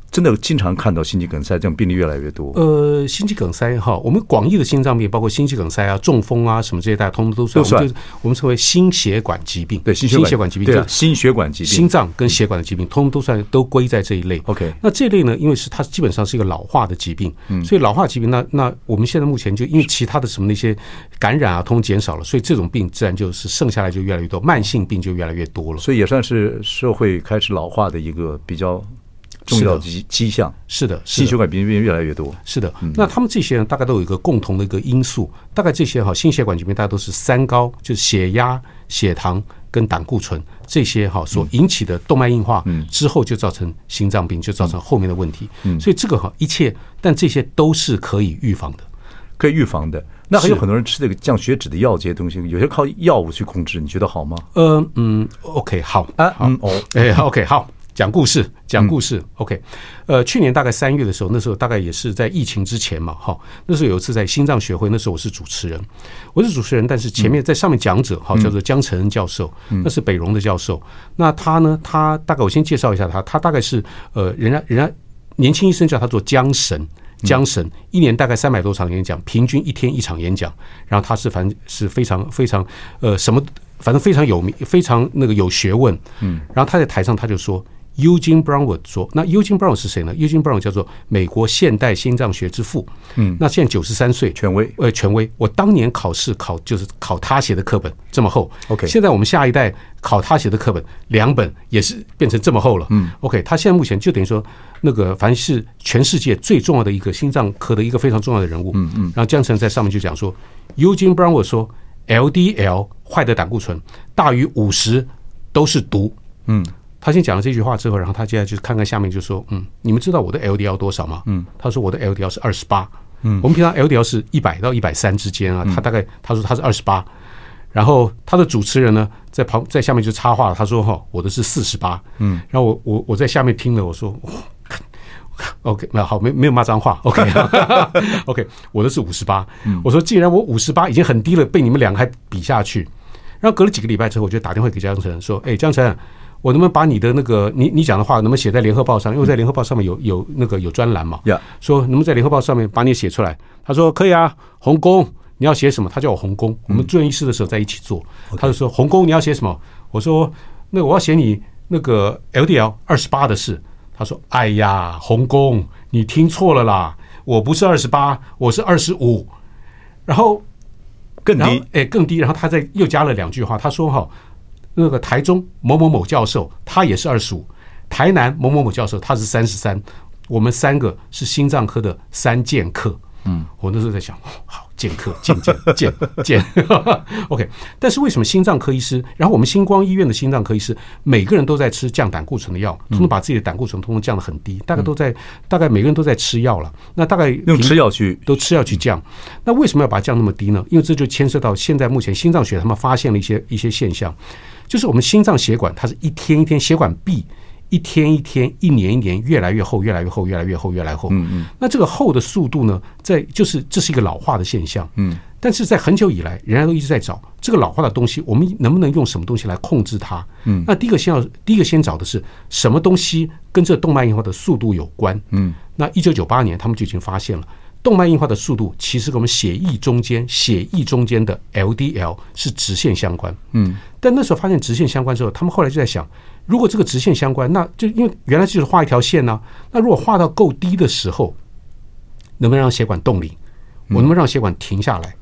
S1: 真的经常看到心肌梗塞这种病例越来越多？
S3: 呃，心肌梗塞哈，我们广义的心脏病，包括心肌梗塞啊、中风啊什么这些，大家通通都算，
S1: 都算
S3: 我们就我们称为心血管疾病。
S1: 对，
S3: 心
S1: 心血
S3: 管疾病
S1: 对
S3: 就
S1: 啊，心血管疾病，
S3: 心脏跟血管的疾病，通通都算都归在这一类。
S1: OK 嗯
S3: 那这类呢，因为是它基本上是一个老化的疾病，所以老化疾病那那我们现在目前就因为其他的什么那些感染啊，通通减少了，所以这种病自然就是剩下来就越来越多，慢性病就越来越多了。
S1: 所以也算是社会开始老化的一个比较重要的迹迹象。
S3: 是的，是
S1: 心
S3: 的
S1: 血管疾病越来越多，
S3: 是的，那他们这些人大概都有一个共同的一个因素，大概这些哈心血管疾病，大家都是三高，就是血压、血糖跟胆固醇这些哈所引起的动脉硬化，之后就造成心脏病，就造成后面的问题。所以这个哈一切，但这些都是可以预防的。
S1: 可以预防的。那还有
S3: 是
S1: 很多人吃这个降血脂的药这些东西，有些靠药物去控制，你觉得好吗？
S3: 呃嗯，OK，好，
S1: 啊，嗯哦，
S3: 哎，OK，好，讲故事，讲故事、o k 呃，去年大概三月的时候，那时候大概也是在疫情之前嘛，哈，那时候有一次在心脏学会，那时候我是主持人，我是主持人，但是前面在上面讲者哈、叫做江承恩教授，那是北荣的教授，那他呢，他大概我先介绍一下他，他大概是呃，人家人家年轻医生叫他做江神。江神一年大概三百多场演讲，平均一天一场演讲。然后他是反是非常非常呃什么，反正非常有名，非常那个有学问。嗯，然后他在台上他就说，Eugene Brownwood 说，那 Eugene Brown 是谁呢？Eugene Brown 叫做美国现代心脏学之父。嗯，那现在九十三岁，
S1: 权威
S3: 呃权威。我当年考试考就是考他写的课本这么厚
S1: OK
S3: 现在我们下一代考他写的课本两本也是变成这么厚了。嗯，OK，他现在目前就等于说那个凡是全世界最重要的一个心脏科的一个非常重要的人物。嗯嗯，然后江晨在上面就讲说，Eugene Brown 我说 LDL 坏的胆固醇大于五十都是毒。嗯。他先讲了这句话之后，然后他接下来就是看看下面就说，嗯，你们知道我的 LDL 多少吗？嗯，他说我的 LDL 是二十八，嗯，我们平常 LDL 是一百到一百三之间啊，他大概他说他是二十八，然后他的主持人呢，在旁在下面就插话了，他说：“哈，我的是四十八。”嗯，然后我我我在下面听了，我说哇：“OK，那好，没没有骂脏话，OK，OK，、OK，我的是五十八。”我说：“既然我五十八已经很低了，被你们两个还比下去。”然后隔了几个礼拜之后，我就打电话给江晨说：“哎，江晨，我能不能把你的那个你你讲的话能不能写在联合报上？因为在联合报上面有有那个有专栏嘛。
S1: 呀
S3: 说能不能在联合报上面把你写出来？他说可以啊，红工你要写什么？他叫我红工，我们住院医师的时候在一起做，他就说红工你要写什么？我说那我要写你那个 LDL 二十八的事。他说哎呀，红工你听错了啦，我不是二十八，我是二十五。然后
S1: 更
S3: 然后
S1: 低，
S3: 哎，更低。然后他再又加了两句话，他说哈，那个台中某某某教授他也是二十五，台南某某某教授他是三十三，我们三个是心脏科的三剑客。嗯，我那时候在想，哦好剑客，剑剑 剑剑，OK。但是为什么心脏科医师，然后我们星光医院的心脏科医师，每个人都在吃降胆固醇的药，
S1: 嗯
S3: 通通把自己的胆固醇通通降得很低，大概都在，大概每个人都在吃药了。那大概
S1: 用
S3: 平
S1: 吃药去
S3: 都吃药去降。那为什么要把它降那么低呢？因为这就牵涉到现在目前心脏学他们发现了一些一些现象，就是我们心脏血管它是一天一天血管壁。一天一天，一年一年，越来越厚，越来越厚，越来越厚，越来越厚。嗯嗯。那这个厚的速度呢，在就是这是一个老化的现象。嗯。但是在很久以来，人家都一直在找这个老化的东西，我们能不能用什么东西来控制它？嗯。那第一个先要，第一个先找的是什么东西跟这动脉硬化的速度有关？嗯。那一九九八年，他们就已经发现了。动脉硬化的速度其实跟我们血液中间血液中间的 LDL 是直线相关。嗯，但那时候发现直线相关之后，他们后来就在想，如果这个直线相关，那就因为原来就是画一条线呢、那如果画到够低的时候，能不能让血管冻龄？我能不能让血管停下来？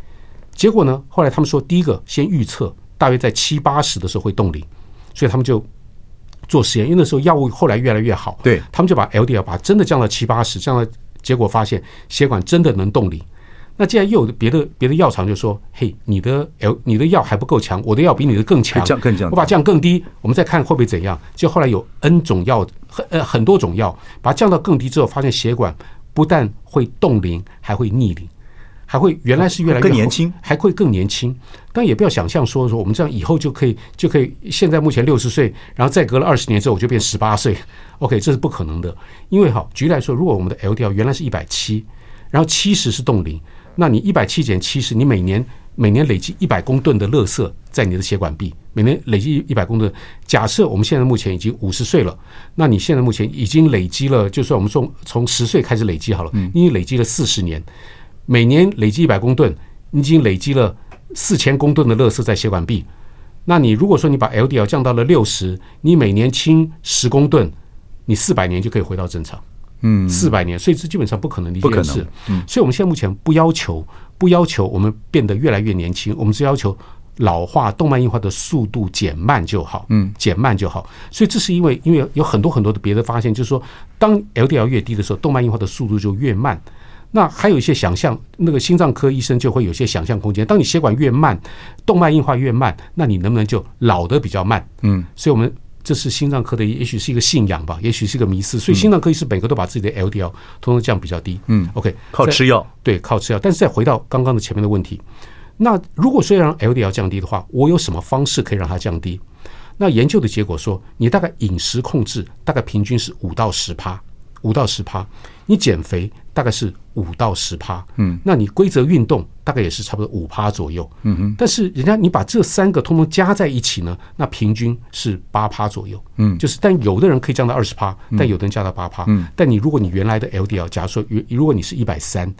S3: 结果呢，后来他们说，第一个先预测大约在七八十的时候会冻龄，所以他们就做实验，因为那时候药物后来越来越好，
S1: 对
S3: 他们就把 LDL 把它真的降到七八十，降到结果发现血管真的能冻龄。那既然又有别的别的药厂就说，嘿，你的 L 你的药还不够强，我的药比你的更强，
S1: 更强更强
S3: 我把它降更低，我们再看会不会怎样。就后来有 N 种药，很呃很多种药，把它降到更低之后，发现血管不但会冻龄，还会逆龄。还会原来是越来越
S1: 更
S3: 厚
S1: 年轻，
S3: 还会更年轻。但也不要想象说说我们这样以后就可以就可以，现在目前六十岁，然后再隔了二十年之后我就变十八岁。OK，这是不可能的，因为哈，举例来说，如果我们的 LDL 原来是一百七，然后七十是冻龄，那你一百七减七十，你每年每年累积一百公吨的垃圾在你的血管壁，每年累积一百公吨。假设我们现在目前已经五十岁了，那你现在目前已经累积了，就算我们从从十岁开始累积好了，
S1: 嗯
S3: 你已经累积了四十年。每年累积一百公吨，你已经累积了四千公吨的垃圾在血管壁。那你如果说你把 LDL 降到了六十，你每年清十公吨，你四百年就可以回到正常。嗯，四百年，所以这基本上不可能的一
S1: 不可
S3: 件
S1: 能嗯
S3: 事。所以我们现在目前不要求，不要求我们变得越来越年轻，我们只要求老化、动脉硬化的速度减慢就好，嗯，减慢就好。所以这是因为，因为有很多很多的别的发现，就是说，当 LDL 越低的时候，动脉硬化的速度就越慢。那还有一些想象，那个心脏科医生就会有一些想象空间。当你血管越慢，动脉硬化越慢，那你能不能就老得比较慢？嗯，所以我们这是心脏科的，也许是一个信仰吧，也许是一个迷思。所以心脏科医师每个都把自己的 LDL 通通降比较低。嗯，OK，
S1: 靠
S3: 在
S1: 吃药，
S3: 对，靠吃药。但是再回到刚刚的前面的问题，那如果说要让 LDL 降低的话，我有什么方式可以让它降低？那研究的结果说，你大概饮食控制大概平均是五到十趴，五到十趴，你减肥大概是五到十趴，嗯，那你规则运动大概也是差不多五趴左右，嗯哼。但是人家你把这三个通通加在一起呢，那平均是八趴左右，嗯，就是但有的人可以降到二十趴，但有的人降到八趴，嗯，但你如果你原来的 LDL，假如说原如果你是一百三，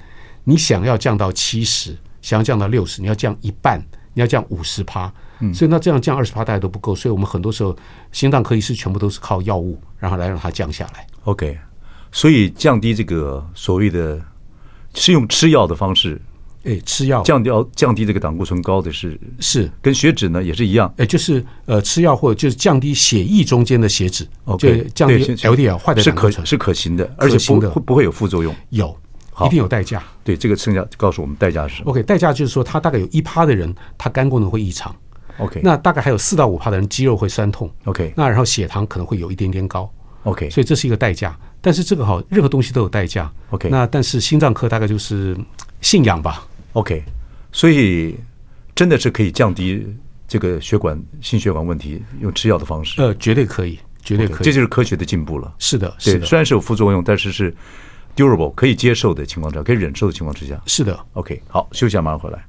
S3: 你想要降到七十，想要降到六十，你要降一半，你要降五十趴。所以那这样降二十趴大家都不够，所以我们很多时候心脏科医师全部都是靠药物，然后来让它降下来。
S1: OK，所以降低这个所谓的是用吃药的方式
S3: 诶，吃药
S1: 降掉降低这个胆固醇高的是
S3: 是
S1: 跟血脂呢也是一样。
S3: 呃，就是呃吃药或者就是降低血液中间的血脂
S1: OK，
S3: 就降低
S1: 对是
S3: LDL 坏的
S1: 是
S3: 胆固
S1: 可
S3: 醇，
S1: 是可行的，而且
S3: 可行
S1: 不
S3: 的
S1: 会不会有副作用。
S3: 有
S1: 好
S3: 一定有代价。
S1: 对，这个剩下告诉我们代价是什么。
S3: OK，代价就是说，它大概有一趴的人，他肝功能会异常。
S1: OK，
S3: 那大概还有四到五趴的人肌肉会酸痛。
S1: OK
S3: 那然后血糖可能会有一点点高。
S1: OK，
S3: 所以这是一个代价。但是这个好，任何东西都有代价。
S1: OK
S3: 那但是心脏科大概就是嗯信仰吧。
S1: OK，所以真的是可以降低这个血管心血管问题，用吃药的方式，
S3: 呃，绝对可以，绝对可以。
S1: 这就是科学的进步了。
S3: 是的，是
S1: 对，
S3: 的，
S1: 虽然是有副作用，但是是 durable 可以接受的情况之下，可以忍受的情况之下。
S3: 是的。
S1: OK，好，休息一下，马上回来。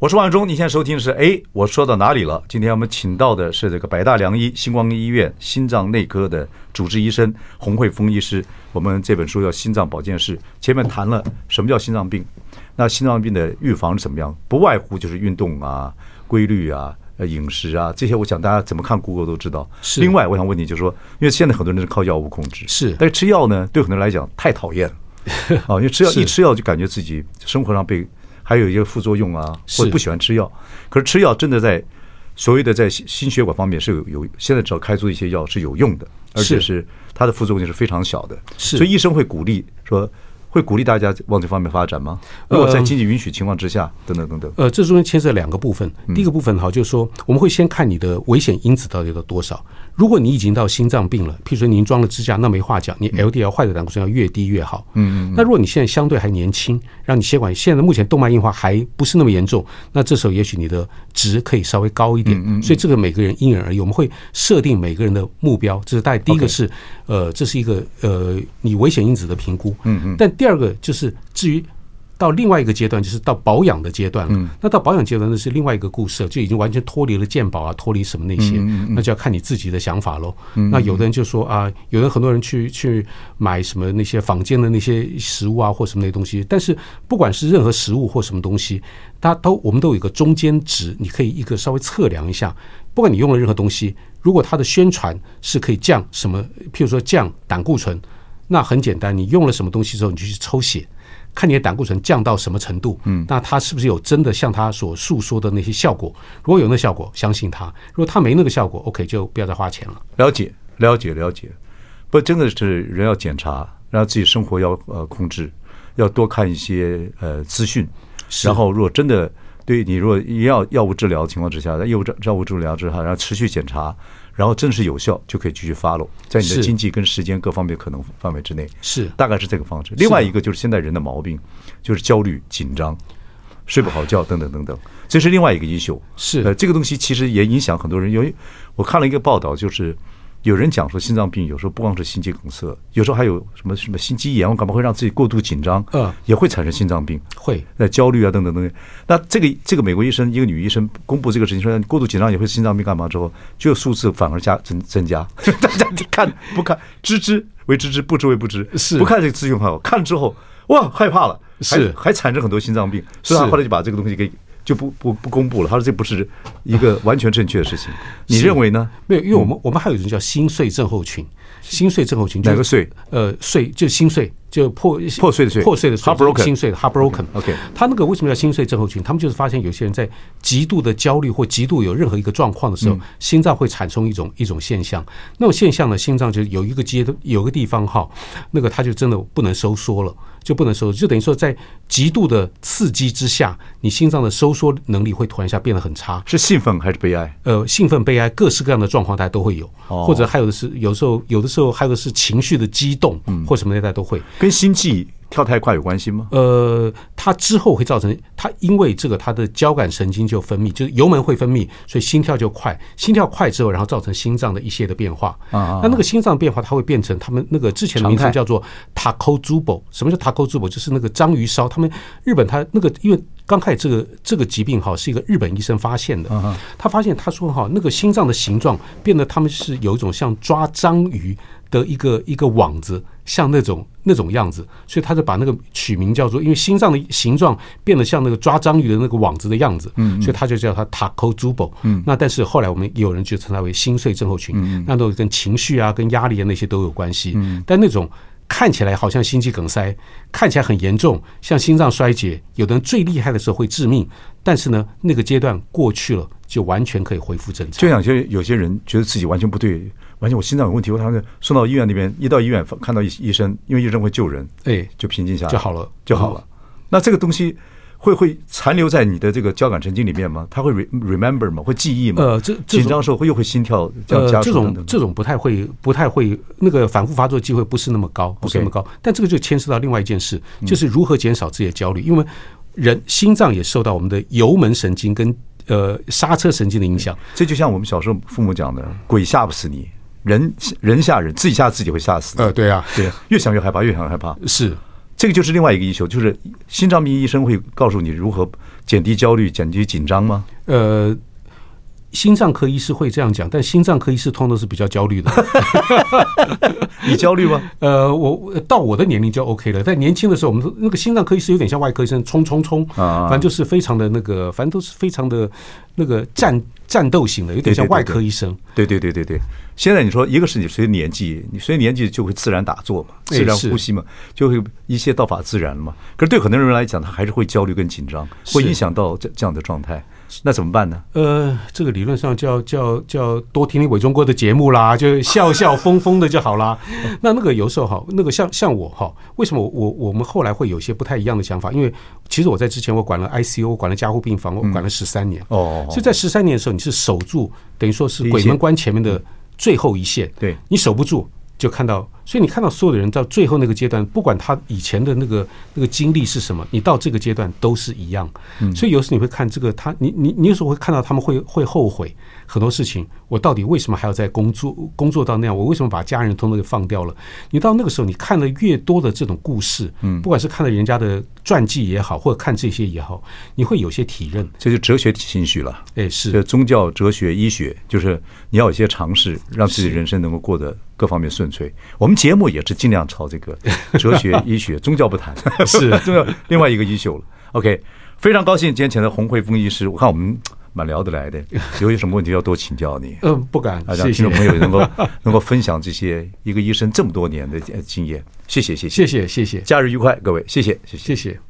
S1: 我是万忠，你现在收听的是哎，我说到哪里了？今天我们请到的是这个百大良医星光医院心脏内科的主治医生洪慧峰医师。我们这本书叫《心脏保健室》，前面谈了什么叫心脏病，那心脏病的预防是怎么样？不外乎就是运动啊、规律啊、呃饮食啊这些。我想大家怎么看 Google 都知道。
S3: 是
S1: 另外，我想问你，就是说，因为现在很多人是靠药物控制，
S3: 是
S1: 但是吃药呢，对很多人来讲太讨厌了。啊，因为吃药
S3: 是
S1: 一吃药就感觉自己生活上被还有一些副作用啊，
S3: 是
S1: 或者不喜欢吃药。可是吃药真的在所谓的在心心血管方面是有有，现在只要开出一些药是有用的，而且
S3: 是
S1: 是它的副作用是非常小的。
S3: 是
S1: 所以医生会鼓励说。会鼓励大家往这方面发展吗？如果在经济允许情况之下，等等等等，
S3: 呃，这中间牵涉两个部分。第一个部分哈，就是说我们会先看你的危险因子到底有多少。如果你已经到心脏病了，譬如说您装了支架，那没话讲，你 LDL 坏的胆固醇要越低越好。嗯嗯嗯。那如果你现在相对还年轻，让你血管现在目前动脉硬化还不是那么严重，那这时候也许你的值可以稍微高一点。嗯所以这个每个人因人而异，我们会设定每个人的目标，这是大概第一个
S1: OK
S3: 是呃，这是一个呃你危险因子的评估。嗯嗯。但第二个就是至于到另外一个阶段，就是到保养的阶段了。那到保养阶段，那是另外一个故事了，就已经完全脱离了健保啊，脱离什么那些，那就要看你自己的想法喽。那有的人就说啊，有的很多人去去买什么那些坊间的那些食物啊，或什么那些东西。但是不管是任何食物或什么东西，它都我们都有一个中间值，你可以一个稍微测量一下。不管你用了任何东西，如果它的宣传是可以降什么，譬如说降胆固醇，那很简单，你用了什么东西之后，你就去抽血，看你的胆固醇降到什么程度。嗯，那它是不是有真的像它所诉说的那些效果？如果有那效果，相信它；如果它没那个效果，OK，就不要再花钱了。
S1: 了解，了解，了解。不，真的是人要检查，然后自己生活要呃控制，要多看一些呃资讯。然后，如果真的对你，如果一药药物治疗的情况之下，在药物治药物治疗之下，然后持续检查，然后真是有效，就可以继续 follow，在你的
S3: 是
S1: 经济跟时间各方面可能范围之内，
S3: 是
S1: 大概是这个方式。另外一个就是现在人的毛病，就是焦虑、紧张、睡不好觉等等等等，这是另外一个因素。
S3: 是
S1: 呃，这个东西其实也影响很多人。由于我看了一个报道，就是有人讲说心脏病有时候不光是心肌梗塞，有时候还有什么什么心肌炎，我干嘛会让自己过度紧张，
S3: 嗯
S1: 也会产生心脏病。
S3: 会
S1: 呃，焦虑啊，等等等等。那这个这个美国医生，一个女医生公布这个事情，说你过度紧张也会心脏病，干嘛之后，就数字反而加增增加。 大家看不看，知之为知之，不知为不知。
S3: 是
S1: 不看这个资讯还好，看了之后哇害怕了，还
S3: 是
S1: 还产生很多心脏病，所以他
S3: 是
S1: 后来就把这个东西给就不不不公布了。他说这不是一个完全正确的事情，你认为呢？
S3: 没有，因为我们我们还有一种叫心碎症候群，心碎症候群就是
S1: 嗯哪个碎？
S3: 呃，碎就心碎，就破
S1: 破碎的碎
S3: 破碎的碎
S1: Heartbroken 嗯
S3: 心碎的 heartbroken。
S1: OK
S3: 他那个为什么叫心碎症候群？他们就是发现有些人在极度的焦虑或极度有任何一个状况的
S1: 嗯
S3: 时候，心脏会产生一种一种现象。那种现象呢，心脏就有一个阶段有一个地方哈，那个它就真的不能收缩了，就不能收缩，就等于说在极度的刺激之下，你心脏的收缩能力会突然一下变得很差。
S1: 是兴奋还是悲哀？
S3: 呃，兴奋、悲哀，各式各样的状况，大家都会有，
S1: 哦
S3: 或者还有的是，有时候有的时候还有的是情绪的激动，
S1: 嗯
S3: 或什么的，大家都会。
S1: 跟心悸跳太快有关系吗？
S3: 呃，它之后会造成它因为这个它的交感神经就分泌，就是油门会分泌，所以心跳就快，心跳快之后，然后造成心脏的一些的变化。
S1: 啊啊啊
S3: 那那个心脏变化，它会变成他们那个之前的名
S1: 常
S3: 称
S1: 态
S3: 叫做 taco zubo。什么叫 taco zubo？就是那个章鱼烧。他们日本它那个因为。刚开始这个这个疾病哈是一个日本医生发现
S1: 嗯
S3: 的，他发现他说哈那个心脏的形状变得他们是有一种像抓章鱼的一个一个网子，像那种那种样子，所以他就把那个取名叫做，因为心脏的形状变得像那个抓章鱼的那个网子的样子，所以他就叫它 taco zubo。嗯，那但是后来我们也有人就称它为心碎症候群，那都跟情绪啊、跟压力啊那些都有关系。嗯，但那种。看起来好像心肌梗塞，看起来很严重，像心脏衰竭，有的人最厉害的时候会致命，但是呢，那个阶段过去了，就完全可以恢复正常。
S1: 就像有些有些人觉得自己完全不对，完全我心脏有问题，我他们送到医院那边，一到医院看到医医生，因为医生会救人，
S3: 哎
S1: 就平静下来
S3: 就好了
S1: 就好了。那这个东西会会残留在你的这个交感神经里面吗？它会 re- remember 吗？会记忆吗？
S3: 呃这这种呃
S1: 紧张的时候会又会心跳这样加
S3: 这
S1: 速等
S3: 种
S1: 等。
S3: 这种不太会不太会那个反复发作的机会不是那么高，不是那么高。但这个就牵涉到另外一件事，就是如何减少自己的焦虑，因为人心脏也受到我们的油门神经跟呃刹车神经的影响。
S1: 这就像我们小时候父母讲的，鬼吓不死你，人人吓人，自己吓自己会吓死你。
S3: 呃，对啊，
S1: 对，越想越害怕，越想越害怕。
S3: 是
S1: 这个就是另外一个医修，就是心脏病医生会告诉你如何减低焦虑、减低紧张吗？
S3: 呃。心脏科医师会这样讲，但心脏科医师通常都是比较焦虑的。
S1: 你焦虑吗？
S3: 呃，我呃到我的年龄就 OK 了，但年轻的时候，我们都那个心脏科医师有点像外科医生，冲冲冲，
S1: 啊
S3: 反正就是非常的那个，反正都是非常的那个战战斗型的，有点像
S1: 对对对
S3: 外科医生。
S1: 对对对对对，现在你说一个是你随着年纪，你随着年纪就会自然打坐嘛，
S3: 哎
S1: 自然
S3: 是
S1: 呼吸嘛，就会一切道法自然了嘛。可是对很多人来讲，他还是会焦虑跟紧张，会
S3: 是
S1: 影响到这这样的状态。那怎么办呢？
S3: 呃，这个理论上叫叫叫多听听伪中国的节目啦，就笑笑疯疯的就好啦。 那那个有时候哈，那个像像我哈，为什么我我我们后来会有些不太一样的想法？因为其实我在之前我管了 ICU，我管了加护病房，我管了十三年。
S1: 哦
S3: 所以在十三年的时候，你是守住，等于说是
S1: 第一
S3: 鬼
S1: 线
S3: 门关前面的最后一线。
S1: 对
S3: 你守不住，就看到，所以你看到所有的人到最后那个阶段，不管他以前的那个那个经历是什么，你到这个阶段都是一样。
S1: 嗯
S3: 所以有时你会看这个他，你你你有时候会看到他们会会后悔很多事情，我到底为什么还要在工作工作到那样？我为什么把家人通通给放掉了？你到那个时候，你看了越多的这种故事，嗯，不管是看了人家的传记也好，或者看这些也好，你会有些体认。
S1: 这就哲学情绪了。
S3: 哎，是
S1: 这宗教、哲学、医学，就是你要有一些尝试，让自己人生能够过得各方面顺遂。我们节目也是尽量朝这个哲 学、医学、宗教不谈，
S3: 是
S1: 宗教另外一个医修了。OK，非常高兴今天请到洪慧峰医师，我看我们蛮聊得来的，有什么问题要多请教 你。
S3: 嗯，不敢
S1: 啊，，让
S3: 谢
S1: 听
S3: 谢
S1: 众，朋友能够能够分享这些一个医生这么多年的呃经验，谢谢谢谢，
S3: 谢谢，谢谢，
S1: 假日愉快，各位，谢谢谢谢
S3: 谢谢。